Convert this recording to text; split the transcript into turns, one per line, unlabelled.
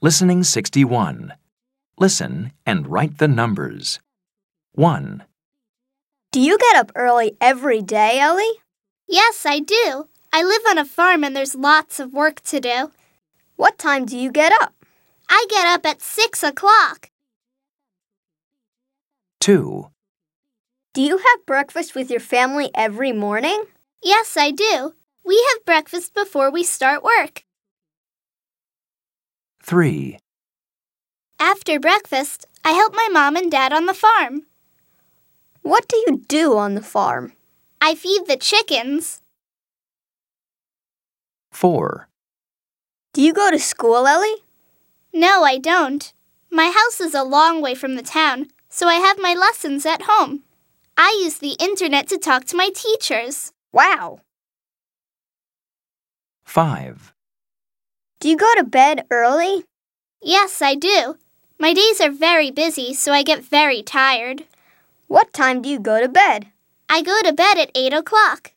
Listening 61. Listen and write the numbers. 1,
Do you get up early every day, Ellie?
Yes, I do. I live on a farm and there's lots of work to do.
What time do you get up?
I get up at six o'clock.
2,
Do you have breakfast with your family every morning?
Yes, I do. We have breakfast before we start work.
3,
After breakfast, I help my mom and dad on the farm.
What do you do on the farm?
I feed the chickens.
4,
Do you go to school, Ellie?
No, I don't. My house is a long way from the town, so I have my lessons at home. I use the internet to talk to my teachers.
Wow.
5,
Do you go to bed early?
Yes, I do. My days are very busy, so I get very tired.
What time do you go to bed?
I go to bed at 8 o'clock.